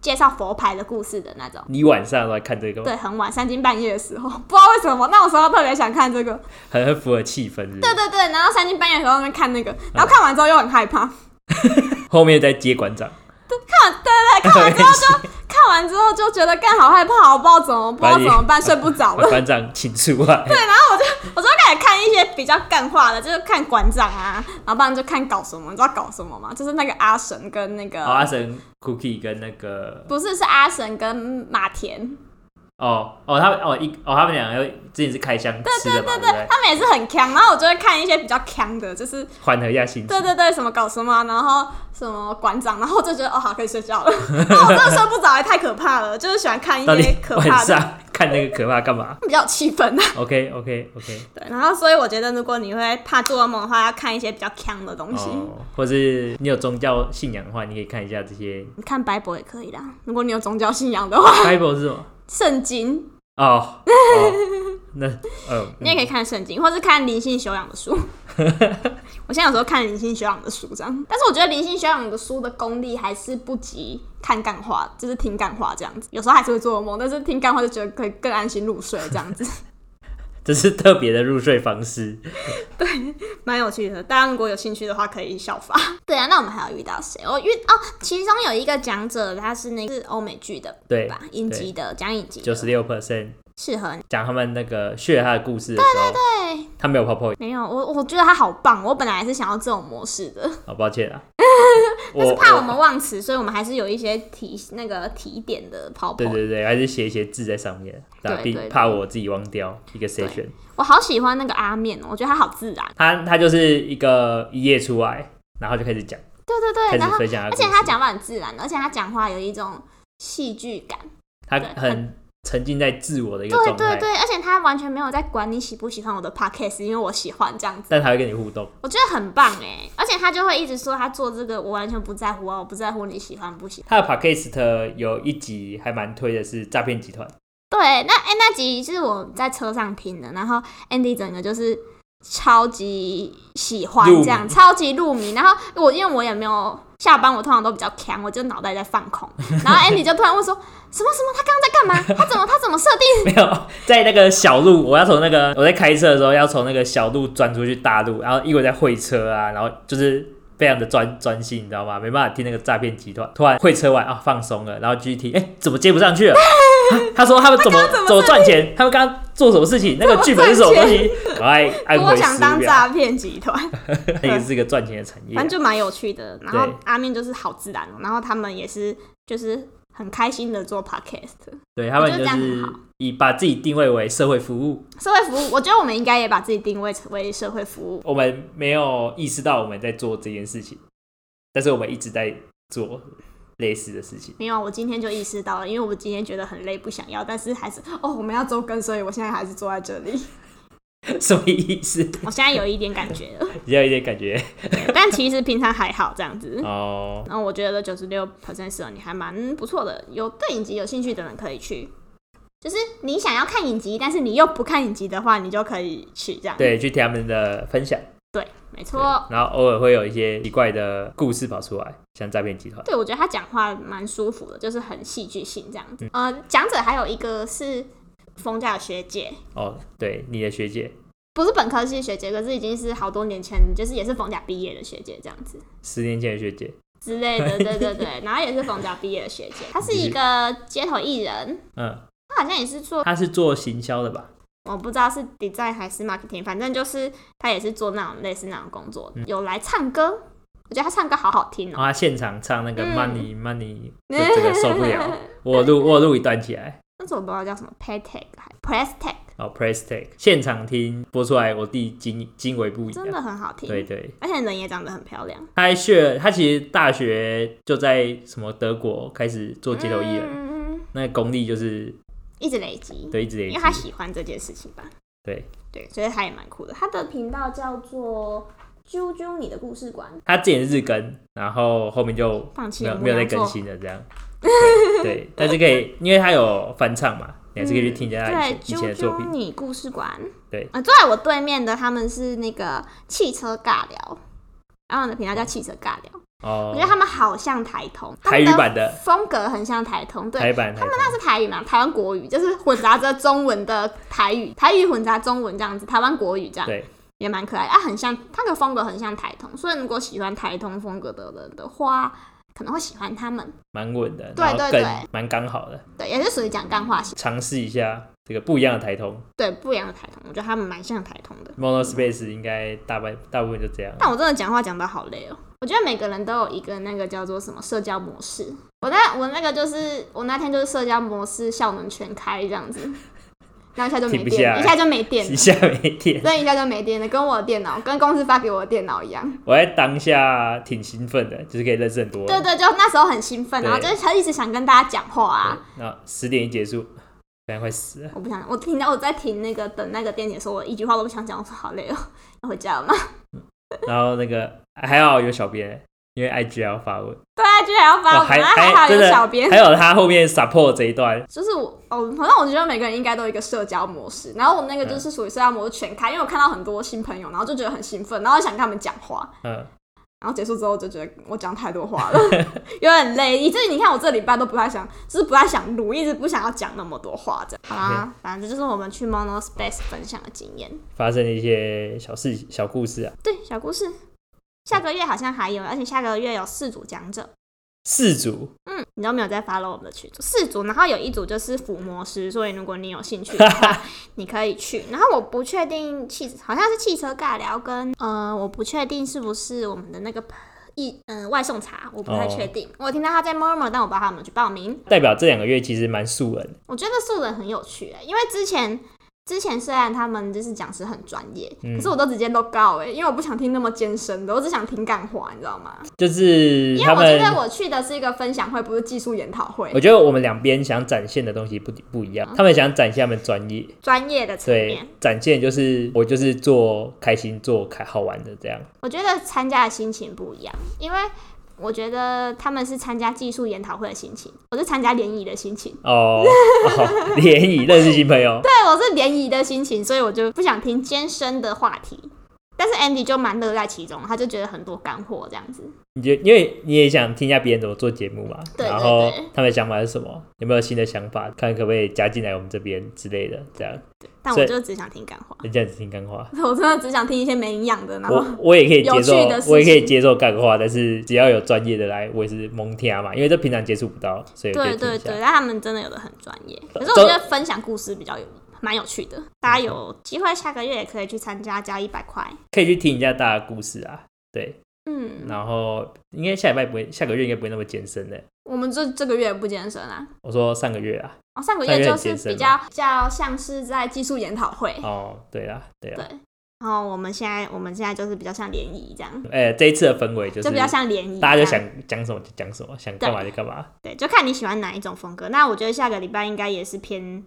S1: 介绍佛牌的故事的那种。
S2: 你晚上来看这个吗，
S1: 对，很晚，三更半夜的时候， [LAUGHS] 不知道为什么那种时候特别想看这个。
S2: 很很符合气氛是不是
S1: 对对对，然后三更半夜的时候在那边看那个，
S2: 嗯
S1: 然后看完之后又很害怕。
S2: 后面再接馆长，
S1: 啊看完之后就看完之后就觉得干好害怕，我不知道怎么不知道怎么办，睡不着
S2: 把
S1: 了。
S2: [LAUGHS] 馆长请
S1: [LAUGHS]
S2: 出来。
S1: 我就开始看一些比较干话的，就是看馆长啊，然后不然就看搞什么，你知道搞什么吗？就是那个阿神跟那个、
S2: 哦阿神 Cookie 跟那个
S1: 不是是阿神跟马田，
S2: 哦哦，他们哦一哦他们两个之前是开箱吃的嘛，对不对？
S1: 他们也是很强，然后我就会看一些比较强的，就是
S2: 缓和一下心情
S1: 对。对对，什么搞什么啊，然后什么馆长，然后我就觉得哦好可以睡
S2: [LAUGHS]
S1: 觉了，哦那我真的睡不着，也太可怕了，就是喜欢看一
S2: 到底
S1: 些可
S2: 晚
S1: 怕的，
S2: 上看那个可怕干嘛
S1: 比较有气氛的。
S2: ？OK OK OK，
S1: 对，然后所以我觉得，如果你会怕做噩梦的话，要看一些比较强的东西。 [LAUGHS]
S2: 哦，或是你有宗教信仰的话，你可以看一下这些
S1: 你看 Bible 也可以啦，如果你有宗教信仰的话，
S2: Bible 是什么？
S1: 圣经
S2: 哦，哦那
S1: [LAUGHS]
S2: 呃，
S1: 你也可以看圣经，或是看灵性修养的书。 [LAUGHS] 我现在有时候看灵性修养的书，这样，但是我觉得灵性修养的书的功力还是不及看干话，就是听干话这样子。有时候还是会做噩梦，但是听干话就觉得可以更安心入睡，这样子 [LAUGHS]
S2: 这是特别的入睡方式。
S1: 蛮有趣的。大家如果有兴趣的话，可以效仿。 [LAUGHS] 对啊，那我们还有遇到谁？我遇哦，其中有一个讲者，他是那个是欧美剧的
S2: 对
S1: 吧，影集的讲影集的，
S2: 九十六 percent
S1: 适合你。
S2: 讲他们那个血他的故事的时候，
S1: 对，
S2: 他没有泡泡，
S1: 没有我，我觉得他好棒。我本来是想要这种模式的，
S2: 好抱歉
S1: [LAUGHS]
S2: 啊。
S1: 但
S2: 我
S1: 是怕我
S2: 我
S1: 们忘词，所以我们还是有一些提那个提点的泡泡。
S2: 对对对，还是写一些字在上面，
S1: 对
S2: 啊避
S1: 对对
S2: 怕我自己忘掉一个 session。
S1: 我好喜欢那个阿面哦，我觉得他好自然。
S2: 他他就是一个一页出来，然后就开始讲，
S1: 对对
S2: 开
S1: 对，然
S2: 始
S1: 后
S2: 分享他
S1: 而
S2: 的故
S1: 且
S2: 事。
S1: 他讲话很自然，而且他讲话有一种戏剧感。
S2: 他
S1: 对
S2: 很沉浸在自我的一个
S1: 对
S2: 状
S1: 对
S2: 态，
S1: 对，而且他完全没有在管你喜不喜欢我的 podcast，因为我喜欢这样子，
S2: 但他会跟你互动。
S1: 我觉得很棒哎。而且他就会一直说他做这个，我完全不在乎啊，我不在乎你喜欢不喜欢。
S2: 他的 podcast 有一集还蛮推的是诈骗集团，
S1: 对，那哎、那集是我在车上听的，然后 Andy 整个就是超级喜欢
S2: 入迷
S1: 这样，超级入迷。然后我因为我也没有下班，我通常都比较强，我就脑袋在放
S2: [LAUGHS]
S1: 空。然后 Andy 就突然问说：“什么什么？他刚刚在干嘛？他怎么他怎么设定
S2: [LAUGHS] 没有在那个小路，我要从那个我在开车的时候要从那个小路转出去大路，然后一会儿在会车啊，然后就是非常的专专心，你知道吗？没办法听那个诈骗集团，突然会车完啊放松了，然后继续听，哎、怎么接不上去了？啊 [LAUGHS] 他说他们怎么
S1: 刚刚
S2: 怎
S1: 怎
S2: 么
S1: 么
S2: 赚钱？他们刚刚做什么事情？那个剧本是什么东西？赶快按
S1: 多
S2: 回
S1: 想
S2: 十
S1: 当
S2: 秒，
S1: 诈骗集团？”
S2: [LAUGHS] 那个是一个赚钱的产业
S1: 反正。就蛮有趣的。然后
S2: 对
S1: 阿面就是好自然哦，然后他们也是就是很开心的做 podcast
S2: 对他们
S1: 我觉得这
S2: 就
S1: 样
S2: 是
S1: 很好
S2: 以把自己定位为社会服务，
S1: 社会服务。我觉得我们应该也把自己定位成为社会服务。
S2: 我们没有意识到我们在做这件事情，但是我们一直在做类似的事情。 [LAUGHS]
S1: 没有，啊我今天就意识到了，因为我今天觉得很累，不想要，但是还是哦，我们要周更，所以我现在还是坐在这里，
S2: 什么意思？
S1: [LAUGHS] 我现在有一点感觉了，
S2: 也有一点感觉
S1: 但其实平常还好这样子。
S2: 哦。
S1: 然后我觉得九十六 percent 适合你，还蛮不错的。有对影集有兴趣的人可以去，就是你想要看影集，但是你又不看影集的话，你就可以去这样。
S2: 对，去听他们的分享，
S1: 对，没
S2: 对
S1: 错。
S2: 然后偶尔会有一些奇怪的故事跑出来，像诈骗集团。
S1: 对，我觉得他讲话蛮舒服的，就是很戏剧性这样子。呃，讲者还有一个是冯家的学姐，
S2: 哦，对，你的学姐
S1: 不是本科系学姐，可是已经是好多年前，就是也是逢甲毕业的学姐这样子
S2: 十年前的学姐，
S1: 之类
S2: [LAUGHS]
S1: 的，对对对，然后也是逢甲毕业的学姐，她是一个街头艺人，啊
S2: 嗯，
S1: 她好像也是做，
S2: 她是做行销的吧？
S1: 我不知道是 design 还是 marketing，反正就是她也是做那种类似那种工作，有来唱歌，我觉得她唱歌好好听
S2: 然
S1: 哦、
S2: 后她现场唱那个
S1: 嗯
S2: Money、Money，就真的啊受不
S1: [LAUGHS]
S2: 了。我录我录一段起来，
S1: 但是我不知道叫什么 pay tag 还 press tag，
S2: 哦，Press Take，现场听播出来，我弟惊惊为不已、
S1: 真
S2: 啊。
S1: 的很好听，哦
S2: 对对，
S1: 而且人也长得很漂亮，
S2: 他还学，他其实大学就在什么德国开始做街头艺人，
S1: 嗯，嗯嗯
S2: 那功力就是
S1: 一直累积，
S2: 对一直累
S1: 因
S2: 积
S1: 为。他喜欢这件事情吧。
S2: 对，
S1: 对，所以他也蛮酷的。他的频道叫做“啾啾你的故事馆
S2: 他之前是日更，然后后面就”，
S1: 放弃
S2: 没有
S1: 了
S2: 没有再
S1: 牧羊
S2: 更
S1: 座。 [LAUGHS]
S2: 新了这样。对，对但是可以，因为他有翻唱嘛，你还是可以去听一下他以
S1: 嗯对，
S2: 前以前的
S1: 啾
S2: 作品
S1: 啾。你故事馆。
S2: 对
S1: 啊，坐在我对面的他们是那个汽车尬聊，然后我的频道叫汽车尬聊。我
S2: 哦
S1: 觉得，他们好像台通，
S2: 台语
S1: 他们
S2: 版的
S1: 风格很像台通，对，
S2: 台版台版
S1: 那是台语嘛，台湾国语就是混杂着中文的台语，台语混杂中文这样子，台湾国语这样，
S2: 对，
S1: 也蛮可爱啊，很像他的风格很像台通，所以如果喜欢台通风格的人的话，可能会喜欢他们，
S2: 蛮稳的，
S1: 对
S2: 然后
S1: 对
S2: 更
S1: 对
S2: 蛮刚好的，
S1: 对，也是属于讲干话型，
S2: 尝试一下这个不一样的台通。
S1: 对，不一样的台通，我觉得他们蛮像台通的。
S2: Monospace 应该大半大部分就这样。
S1: 但我真的讲话讲到好累哦。我觉得每个人都有一个那个叫做什么社交模式。我那我那个就是我那天就是社交模式效能全开这样子，然后一下就没
S2: 停不下
S1: 电，
S2: 来
S1: 了，一下就没电
S2: [LAUGHS] 一
S1: 了，
S2: 下没电，
S1: 真的一下就没电了，跟我的电脑跟公司发给我的电脑一样。
S2: 我在当下挺兴奋的，就是可以认识很多
S1: 对
S2: 人。
S1: 对，就那时候很兴奋，
S2: 对
S1: 然后就是他一直想跟大家讲话啊。
S2: 那十点一结束，感觉快死了。
S1: 我不想，我听到我在停那个等那个电梯的时候，我一句话都不想讲，我说好累哦，要回家了吗？ [LAUGHS]
S2: 然后那个还好有小编，因为 IG 还要发文，
S1: 对啊，居然要发
S2: 哦
S1: 我
S2: 还
S1: 们，啊还好
S2: 真
S1: 有
S2: 的
S1: 小编，
S2: 还有他后面 support 这一段，
S1: 就是我哦，反正我觉得每个人应该都有一个社交模式，然后我那个就是属于社交模式全开，因为我看到很多新朋友，然后就觉得很兴奋，然后想跟他们讲话，
S2: 嗯，
S1: 然后结束之后就觉得我讲太多话了， [LAUGHS] 有点累，以至于你看我这礼拜都不太想，就是不太想录，一直不想要讲那么多话这样。好啦，反正这就是我们去 Mono Space 分享的经验。
S2: 发生了一些小事小故事啊。
S1: 对，小故事，下个月好像还有，而且下个月有四组讲者。
S2: 四组，
S1: 嗯，你都没有在 follow 我们的群组，四组，然后有一组就是抚摸师，所以如果你有兴趣的话，你可以去。然后我不确定汽，好像是汽车尬聊跟呃，我不确定是不是我们的那个一嗯、外送茶，我不太
S2: 哦
S1: 确定。我听到他在 murmur，但我不知道他有没有去报名。
S2: 代表这两个月其实蛮素人，
S1: 我觉得素人很有趣、欸，因为之前之前虽然他们就是讲师很专业，
S2: 嗯
S1: 可是我都直接 look out 哎、因为我不想听那么艰深的，我只想听干话，你知道吗？
S2: 就是
S1: 因为
S2: 嗯他
S1: 我觉
S2: 们，
S1: 得我去的是一个分享会，不是技术研讨会
S2: 我，觉得我们两边想展现的东西不不一
S1: 嗯
S2: 样，他们想展现他们专业，
S1: 专业的层
S2: 对
S1: 面。，
S2: 展现就是我就是做开心、做开好玩的这样。
S1: 我觉得参加的心情不一样，因为我觉得他们是参加技术研讨会的心情，我是参加联谊的心情。 [LAUGHS]
S2: 哦，哦联谊认识新朋友，
S1: 对，我是联谊的心情，所以我就不想听艰深的话题。但是 Andy 就蛮乐在其中，他就觉得很多干货这样子。
S2: 你就因为你也想听一下别人怎么做节目嘛，
S1: 对
S2: 然
S1: 对
S2: 后
S1: 对
S2: 他们的想法是什么，有没有新的想法，看可不可以加进来我们这边之类的，这样
S1: 但
S2: 所
S1: 我
S2: 以
S1: 就只想听干话，
S2: 人家只听干话。
S1: [LAUGHS] 我真的只想听一些没营养的，然后
S2: 我我也可以接受
S1: 有趣的事，情
S2: 我也可以接受干话，但是只要有专业的来，我也是蒙听嘛，因为这平常接触不到，所以我可
S1: [LAUGHS] 对
S2: 以听
S1: 对
S2: 一下呃
S1: 对，。但他们真的有的很专业。可是
S2: 这
S1: 我觉得分享故事比较有蛮有趣的，大家有机会下个月也可以去参加，交一百块。
S2: 可以去听一下大家的故事啊，对，
S1: 嗯，
S2: 然后应该下礼拜不会，下个月应该不会那么艰深的。
S1: 我们这这个月不健身啊，
S2: 我说上个月啊，
S1: 哦，上个
S2: 上
S1: 月
S2: 个月
S1: 就
S2: 很
S1: 是
S2: 健身
S1: 比较比较像是在技术研讨会，
S2: 哦，对啦，对啦
S1: 对，然后我们现在我们现在就是比较像联谊这样，
S2: 哎、这一次的氛围就是
S1: 就比较像啊联谊这样，
S2: 大家就想讲什么就讲什么，想干嘛就干嘛。
S1: 对，就看你喜欢哪一种风格。那我觉得下个礼拜应该也是偏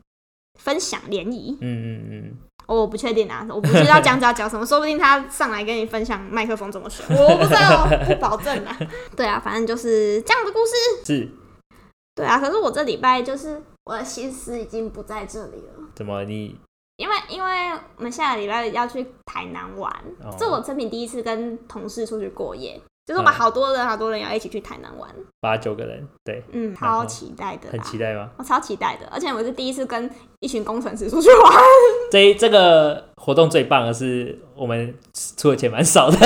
S1: 分享联谊，
S2: 嗯嗯嗯，
S1: 哦我不确定啊，我不知道 [LAUGHS] 讲者要讲什么，说不定他上来跟你分享麦克风怎么选，我不知道，不保证啊。 [LAUGHS] 对啊，反正就是这样的故事。
S2: 是
S1: 对啊，可是我这礼拜就是我的心思已经不在这里了。
S2: 怎么你
S1: 因为因为我们下个礼拜要去台南玩，
S2: 哦
S1: 这我成品第一次跟同事出去过夜，就是我们
S2: 嗯
S1: 好多人好多人要一起去台南玩，
S2: 八九个人，对，
S1: 嗯，
S2: 然后
S1: 超期待的
S2: 很
S1: 啦，
S2: 期待吗？
S1: 我超期待的，而且我是第一次跟一群工程师出去
S2: [LAUGHS]
S1: 玩，
S2: 这一这个活动最棒的是我们出的钱蛮少的，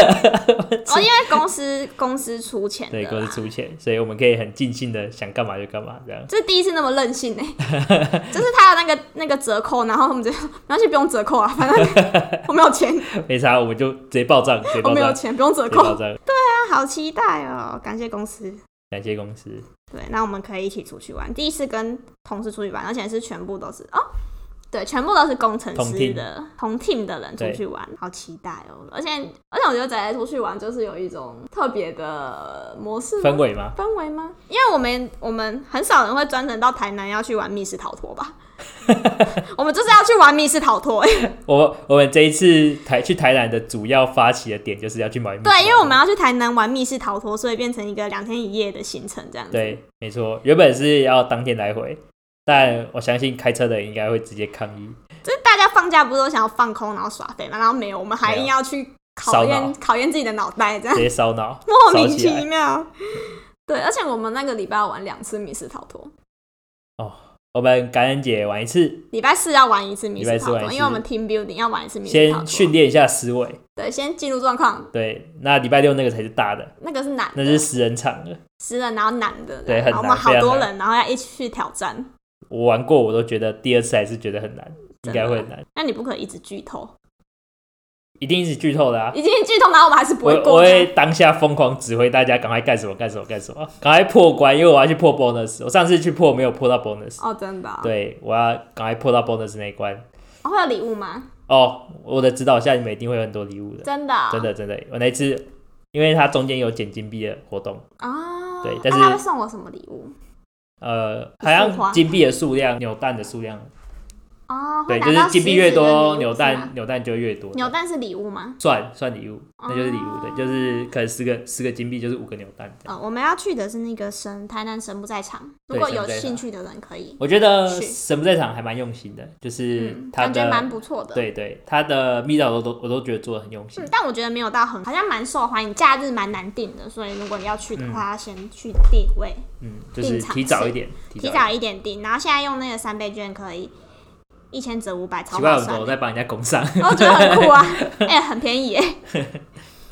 S2: [LAUGHS]
S1: 哦，因为公司公司出钱的
S2: 对，
S1: 啦，
S2: 公司出钱，所以我们可以很尽兴的想干嘛就干嘛这样。
S1: 这是第一次那么任性
S2: [LAUGHS]
S1: 哎、就是他的那个那个折扣，然后我们就然后就不用折扣啊，反正我没有钱，
S2: [LAUGHS] 没啥，我们就直接报账，直接
S1: 我
S2: 报
S1: 哦没有
S2: 账，
S1: 钱，不用折
S2: 直接
S1: 扣，
S2: 报账。
S1: 啊，好期待哦，感谢公司。
S2: 感谢公司，
S1: 对，那我们可以一起出去玩。第一次跟同事出去玩，而且是全部都是哦，对，全部都是工程
S2: 同
S1: 师
S2: team
S1: 的同 team 的人出
S2: 对
S1: 去玩，好期待哦！而且而且我觉得仔仔出去玩就是有一种特别的模式吗
S2: 氛围吗？
S1: 氛围吗？因为我们我们很少人会专程到台南要去玩密室逃脱
S2: [LAUGHS]
S1: 吧。我们就是要去玩密室逃脱， [LAUGHS] 欸
S2: 我我们这一次台去台南的主要发起的点就是要去买米
S1: 对，因为我
S2: 饭
S1: 们要去台南玩密室逃脱，所以变成一个两天一夜的行程这样子。
S2: 对，没错，原本是要当天来回，但我相信开车的人应该会直接抗议，
S1: 就是大家放假不是都想要放空，然后耍废嘛？然后没有，我们还
S2: 没有
S1: 硬要去
S2: 烧
S1: 考
S2: 脑
S1: 验考验自己的脑袋，这样
S2: 直接烧脑，
S1: [LAUGHS] 莫
S2: 烧
S1: 名
S2: 起
S1: 其
S2: 来。
S1: 妙。对，而且我们那个礼拜要玩两次密室逃脱，
S2: 我们感恩节玩一次，
S1: 礼拜四要玩一次密
S2: 礼拜
S1: 室
S2: 四
S1: 逃
S2: 玩一
S1: 脱，
S2: 次
S1: 因为我们 team building 要玩一次密室逃
S2: 先训
S1: 脱。
S2: 练一下思维。
S1: 对，先进入状况，
S2: 对，那礼拜六那个才是大的，
S1: 那个是难
S2: 那
S1: 的，
S2: 是十人场的。
S1: 十人，然后难的，
S2: 对很
S1: 然后我们
S2: 难
S1: 好
S2: 非常
S1: 多
S2: 难
S1: 人，然后要一起去挑战。
S2: 我玩过，我都觉得第二次还是觉得很难，应
S1: 真的啊
S2: 该会很难，
S1: 那你不可以一直剧透，
S2: 一定是剧透的啊！
S1: 已经剧透，然后我们还是不
S2: 我
S1: 会
S2: 我
S1: 过
S2: 会
S1: 的。
S2: 当下疯狂指挥大家赶快干什么干什么干什么，赶快破关，因为我要去破 bonus。我上次去破没有破到 bonus，、
S1: 哦，真的、哦。。
S2: 对，我要赶快破到 bonus 那一关。
S1: 哦、会有礼物吗？
S2: 哦，我的指导下你们一定会有很多礼物的，
S1: 真的、哦。
S2: 真。的真的。我那次因为它中间有捡金币的活动，
S1: 啊。
S2: 对
S1: 那
S2: 但是
S1: 他会送我什么礼物？
S2: 呃，
S1: 一
S2: 好
S1: 束花
S2: 像金币的数量、扭蛋的数量，
S1: 哦，会
S2: 对，
S1: 拿
S2: 就
S1: 到
S2: 是金币
S1: 实
S2: 越
S1: 质的礼
S2: 多，
S1: 物
S2: 扭
S1: 是吗
S2: 蛋扭蛋就越多。
S1: 扭蛋是礼物吗？
S2: 算算礼物，那就是礼物，对，
S1: 哦
S2: 就是可能十个十个金币就是五个扭蛋。
S1: 呃，我们要去的是那个神台南神不在场，如
S2: 对
S1: 果
S2: 神
S1: 有
S2: 不在
S1: 兴
S2: 场
S1: 趣的人可以，
S2: 我觉得
S1: 是
S2: 神不在场还蛮用心的，就是
S1: 嗯，
S2: 他
S1: 感觉
S2: 的、
S1: 蛮不错的。。
S2: 对对，他的密道我都我都觉得做的很用心
S1: 嗯，。但我觉得没有到很，好像蛮受欢迎，假日蛮难订的，所以如果你要去的话，要先去定位，
S2: 嗯，就是
S1: 定场
S2: 提早一点，
S1: 提
S2: 提一点。
S1: 早一点订，然后现在用那个三倍券可以一千折五百，超
S2: 奇怪，
S1: 划
S2: 我怎
S1: 算
S2: 么
S1: 的，
S2: 在帮人家
S1: [LAUGHS]
S2: 拱上？
S1: 我觉得很酷
S2: [LAUGHS]
S1: 啊，哎、很便宜耶。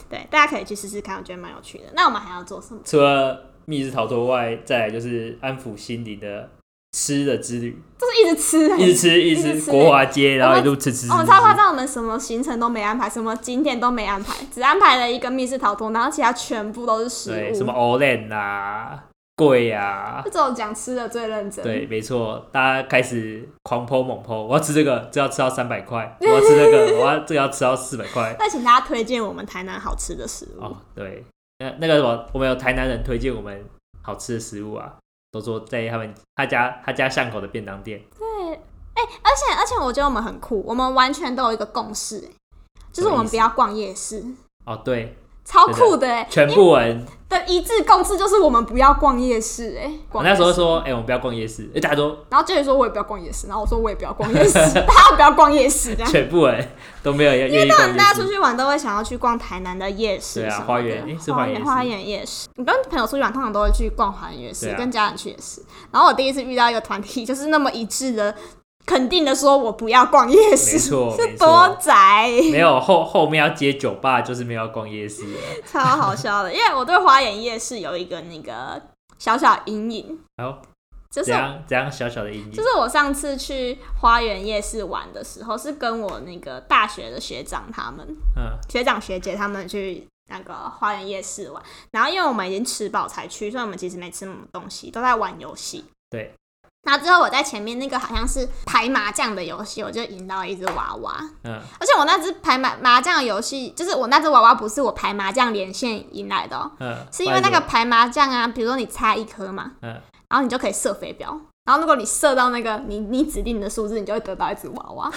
S1: 对，大家可以去试试看，我觉得蛮有趣的。那我们还要做什么？
S2: 除了密室逃脱外，再来就是安抚心灵的吃的
S1: [LAUGHS]
S2: 之旅，
S1: 就是一直吃、哎
S2: 一直吃一
S1: 一
S2: 直
S1: 直
S2: 吃
S1: 吃
S2: 国华街，然后一路吃吃吃。
S1: 我们哦
S2: 吃
S1: 超夸张，我们什么行程都没安排，什么景点都没安排，只安排了一个密室逃脱，然后其他全部都是食
S2: 对，
S1: 物，
S2: 什么 Olen 啊，贵啊，
S1: 就只有讲吃的最认真。
S2: 对，，没错，大家开始狂抛猛抛，我要吃这个，这要吃到三百块，我要吃那个，我要这个要吃到四百块。
S1: 那请大家推荐我们台南好吃的食物。
S2: 哦，对，那那个什么，我们有台南人推荐我们好吃的食物啊，都说在他们他家他家巷口的便当店，
S1: 对，哎、而且而且我觉得我们很酷，我们完全都有一个共识、哎就是我
S2: 什么意
S1: 们
S2: 思
S1: 不要逛夜市，
S2: 哦，对，
S1: 超酷的、哎
S2: 全
S1: [LAUGHS]
S2: 部人，
S1: 的一致共识就是我们不要逛夜市、哎，
S2: 我
S1: 逛
S2: 那时候
S1: 夜市，
S2: 说，哎、我们不要逛夜市，哎，大家都
S1: 然后这里说我也不要逛夜市，然后我说我也不要逛夜市， [LAUGHS] 大家不要逛夜市这样。
S2: 全部人都没有要愿意
S1: 当
S2: 逛
S1: 然，
S2: 夜
S1: 啊大家出
S2: 市，
S1: 去玩都会想要去逛台南的夜市，
S2: 对啊
S1: 什么的
S2: 花园诶是花
S1: 花
S2: 园夜市
S1: 花园夜市。你跟朋友出去玩，通常都会去逛花园夜市，
S2: 对啊
S1: 跟家人去也是。然后我第一次遇到一个团体，就是那么一致的，肯定的说我不要逛夜
S2: 没
S1: 市， [LAUGHS]
S2: 错没
S1: 是
S2: 错
S1: 多宅，
S2: 没有后后面要接酒吧，就是没有要逛夜市了，
S1: 超好笑的。因为我对花园夜市有一个那个小小阴影，
S2: 然后
S1: [LAUGHS] 就是啊
S2: 怎样怎样小小的阴影
S1: 就，是我上次去花园夜市玩的时候，是跟我那个大学的学长他们，
S2: 嗯，
S1: 学长学姐他们去那个花园夜市玩，然后因为我们已经吃饱才去，所以我们其实没吃什么东西，都在玩游戏。
S2: 对。
S1: 然后之后我在前面那个好像是排麻将的游戏，我就赢到了一只娃娃，
S2: 嗯，
S1: 而且我那只排麻麻将游戏，就是我那只娃娃不是我排麻将连线赢来的、哦，
S2: 嗯，
S1: 是因为那个
S2: 不然
S1: 排麻将啊，比如说你猜一颗嘛，
S2: 嗯
S1: 然后你就可以射飞镖，然后如果你射到那个你你指定的数字，你就会得到一只娃娃。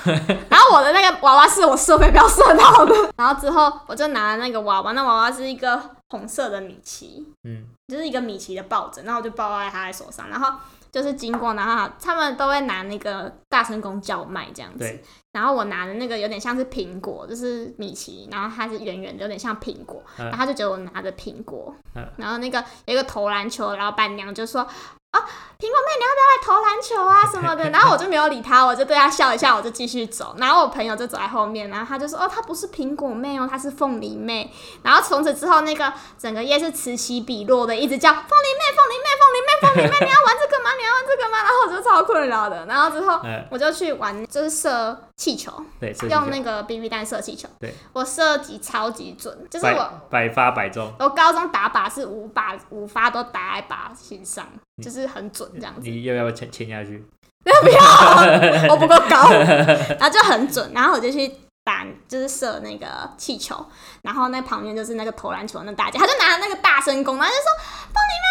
S1: 然后我的那个娃娃是我射飞镖射到的，然后之后我就拿了那个娃娃，那娃娃是一个红色的米奇，
S2: 嗯，
S1: 就是一个米奇的抱枕，然后我就抱在他的手上，然后就是经过，然后他们都会拿那个大声公叫卖这样子
S2: 对。
S1: 然后我拿的那个有点像是苹果，就是米奇，然后它是圆圆的，有点像苹果，
S2: 嗯
S1: 然后他就觉得我拿着苹果，
S2: 嗯
S1: 然后那个有一个投篮球的老板娘就说。啊，苹果妹，你要不要来投篮球啊什么的？ [LAUGHS] 然后我就没有理他，我就对他笑一笑，我就继续走。然后我朋友就走在后面，然后他就说：“哦，她不是苹果妹哦，她是凤梨妹。”然后从此之后，那个整个夜市此起彼落的，一直叫凤梨妹、凤梨妹、凤梨妹、凤梨妹，你要玩这个吗？你要玩这个吗？然后我就超困扰的。然后之后
S2: 嗯
S1: [LAUGHS] 我就去玩，就是射气球，
S2: 对，射击
S1: 用
S2: 球
S1: 那个 BB 弹射气球。
S2: 对，
S1: 我射击超级准，就是
S2: 百
S1: 我
S2: 百发百中。
S1: 我高中打靶是五把五发都打在靶心上，
S2: 嗯
S1: 就是很准这样 [LAUGHS] 子。啊
S2: 你要不要签签下去？ [LAUGHS]
S1: 我不够高，然后就很准，然后我就去打，就是射那个气球，然后那旁边就是那个投篮球的那大姐，她就拿那个大声公，然后就说：“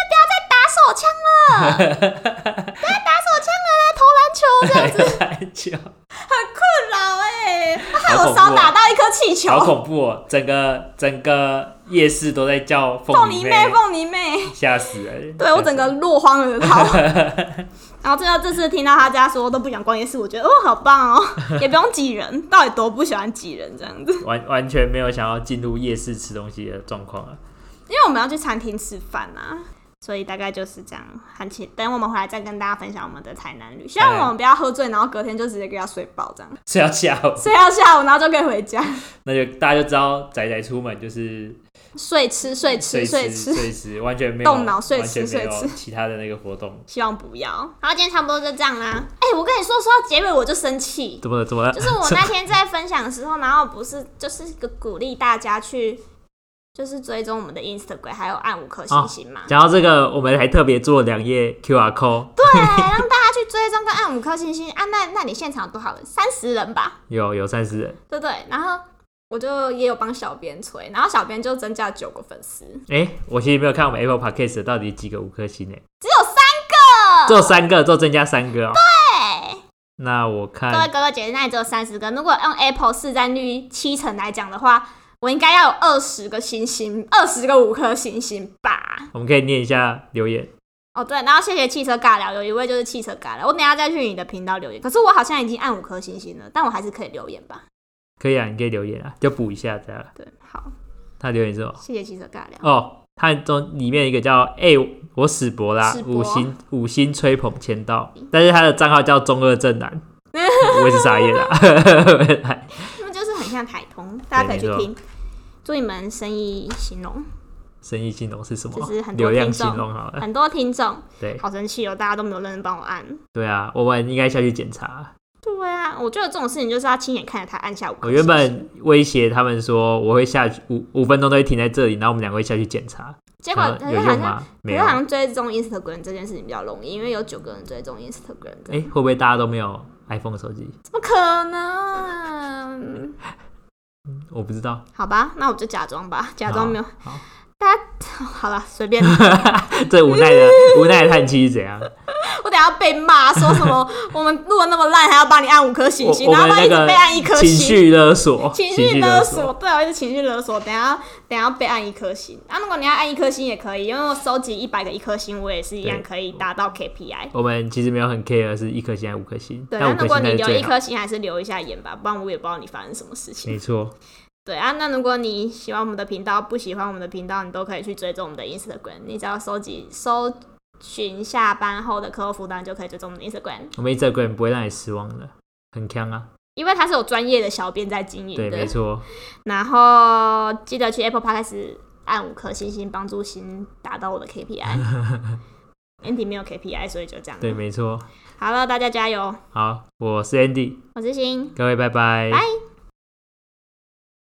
S1: 帮你们不要再打手枪了，
S2: [LAUGHS]
S1: 啊不要再打手枪了，来投篮球。”这样子
S2: 篮球，
S1: 很困扰哎、对，害
S2: 好
S1: 我
S2: 恐
S1: 少
S2: 怖哦
S1: 打到一颗气球
S2: [LAUGHS] 好。恐怖哦！整个整个夜市都在叫
S1: 凤
S2: 凤
S1: 梨
S2: 梨
S1: 妹，凤梨妹，
S2: 吓死人！
S1: 对我整个落荒而
S2: [LAUGHS]
S1: 逃。然后最后这次听到他家说都不想逛夜市，我觉得哦好棒
S2: [LAUGHS]
S1: 哦，也不用挤人，到底多不喜欢挤人这样子。
S2: 完完全没有想要进入夜市吃东西的状况啊！
S1: 因为我们要去餐厅吃饭啊，所以大概就是这样。很期等我们回来再跟大家分享我们的台南旅，希望我们不要喝醉，然后隔天就直接给他睡饱这样，
S2: 是要下午，
S1: 睡到下午然后就可以回家，
S2: 那就大家就知道仔仔出门就是
S1: 睡吃睡吃
S2: 睡
S1: 睡
S2: 吃
S1: 吃。
S2: 睡吃，完全没有
S1: 动脑睡
S2: 完全
S1: 吃
S2: 没有
S1: 睡
S2: 其他的那个活动。
S1: 希望不要。好，今天差不多就这样啦。哎、我跟你说，说到结尾我就生气，
S2: 怎么了？怎么了？
S1: 就是我那天在分享的时候，然后不是就是一个鼓励大家去，就是追踪我们的 Instagram，还有按五颗星星嘛。
S2: [LAUGHS] 讲到这个，我们还特别做两页 QR code，
S1: 对，让大家去追踪跟按五颗星星啊。那那你现场有多少人？三十人吧，
S2: 有有三十人。
S1: 对不对？然后我就也有帮小编催，然后小编就增加九个粉丝，只
S2: 哎、我其实没有看我们 Apple Podcast 到底几个五颗星诶，
S1: 有三
S2: 只
S1: 个。
S2: 有三个，只有增加三个哦、
S1: 对，
S2: 那我
S1: 各位
S2: 看
S1: 哥哥姐姐，那里只有三十个。如果用 Apple 市占率七成来讲的话，我应该要有二十个星星，二十个五颗星星吧。
S2: 我们可以念一下留言。
S1: 哦，对，然后谢谢汽车尬聊，有一位就是汽车尬聊，我等一下再去你的频道留言。可是我好像已经按五颗星星了，但我还是可以留言吧？
S2: 可以啊，你可以留言啊，就补一下这样。
S1: 对，好，
S2: 他留言是什么？
S1: 谢谢汽车尬聊。
S2: 哦，他中里面一个叫“哎、我史博啦
S1: 史”，博
S2: 五星五星吹捧签到，但是他的账号叫中二正男， [LAUGHS] 我也是傻眼啊啦。
S1: 他们就是很像台通，大家可以去
S2: 对没
S1: 听。祝你们生意兴隆，
S2: [LAUGHS] 生意兴隆是什么
S1: 就是？很多
S2: 流量
S1: 听众
S2: 兴隆好了，
S1: 很多听众，
S2: 对
S1: 好生气哦，大家都没有认真帮我按。
S2: 对啊，我们应该下去检查。
S1: 对啊，我觉得这种事情就是要亲眼看着他按下五颗
S2: 我
S1: 星
S2: 原
S1: 星。
S2: 本威胁他们说我会下去五五分钟都会停在这里，然后我们两个会下去检查，
S1: 结果
S2: 然
S1: 可
S2: 后
S1: 是
S2: 有
S1: 好
S2: 用
S1: 像，
S2: 吗？
S1: 可
S2: 没
S1: 是
S2: 有。
S1: 好
S2: 哎、
S1: 像追踪 Instagram 这件事情比较容易，因为有九个人追踪 Instagram，这样、
S2: 会不会大家都没有 iPhone 手机？
S1: 怎么可能？
S2: 我不知道。
S1: 好吧，那我就假装吧，假装没有。
S2: 好好
S1: 大家 [LAUGHS] 好了，随便。
S2: 这无奈的无奈的叹气是怎样？
S1: 我等下被骂，说什
S2: [LAUGHS]
S1: 么我们录的那么烂，还要帮你按五颗星星，
S2: 我
S1: 然后
S2: 我们
S1: 他一
S2: 那
S1: 直
S2: 个
S1: 被按一颗
S2: 情
S1: 星。
S2: 绪勒索，
S1: [LAUGHS] 情绪勒
S2: 勒
S1: 索，。对，啊我一直情绪勒索。等下，等下被按一颗星。啊，如果你要按一颗星也可以，因为我收集一百个一颗星，我也是一样
S2: 对
S1: 可以达到 KPI。
S2: 我们其实没有很 care 是一颗星还是五颗星，
S1: 对，啊
S2: 但
S1: 那如
S2: 五颗
S1: 果
S2: 星才
S1: 你
S2: 是
S1: 留一
S2: 最好。
S1: 颗星，还是留一下言吧，不然我也不知道你发生什么事情
S2: 没。错，
S1: 对啊，那如果你喜欢我们的频道，不喜欢我们的频道，你都可以去追踪我们的 Instagram，你只要搜集搜寻下班后的课后辅导，你就可以追踪我们的 Instagram，
S2: 我们一直个人不会让你失望的，很强啊。
S1: 因为它是有专业的小编在经营
S2: 对，没
S1: 的。
S2: 错，
S1: 然后记得去 Apple Podcast 按五颗星星，帮助星达到我的
S2: [LAUGHS]
S1: KPI。Andy 没有 KPI，所以就这样。
S2: 对，没错。
S1: 好了，大家加油！
S2: 好，我是 Andy，
S1: 我是星，
S2: 各位拜拜
S1: 拜。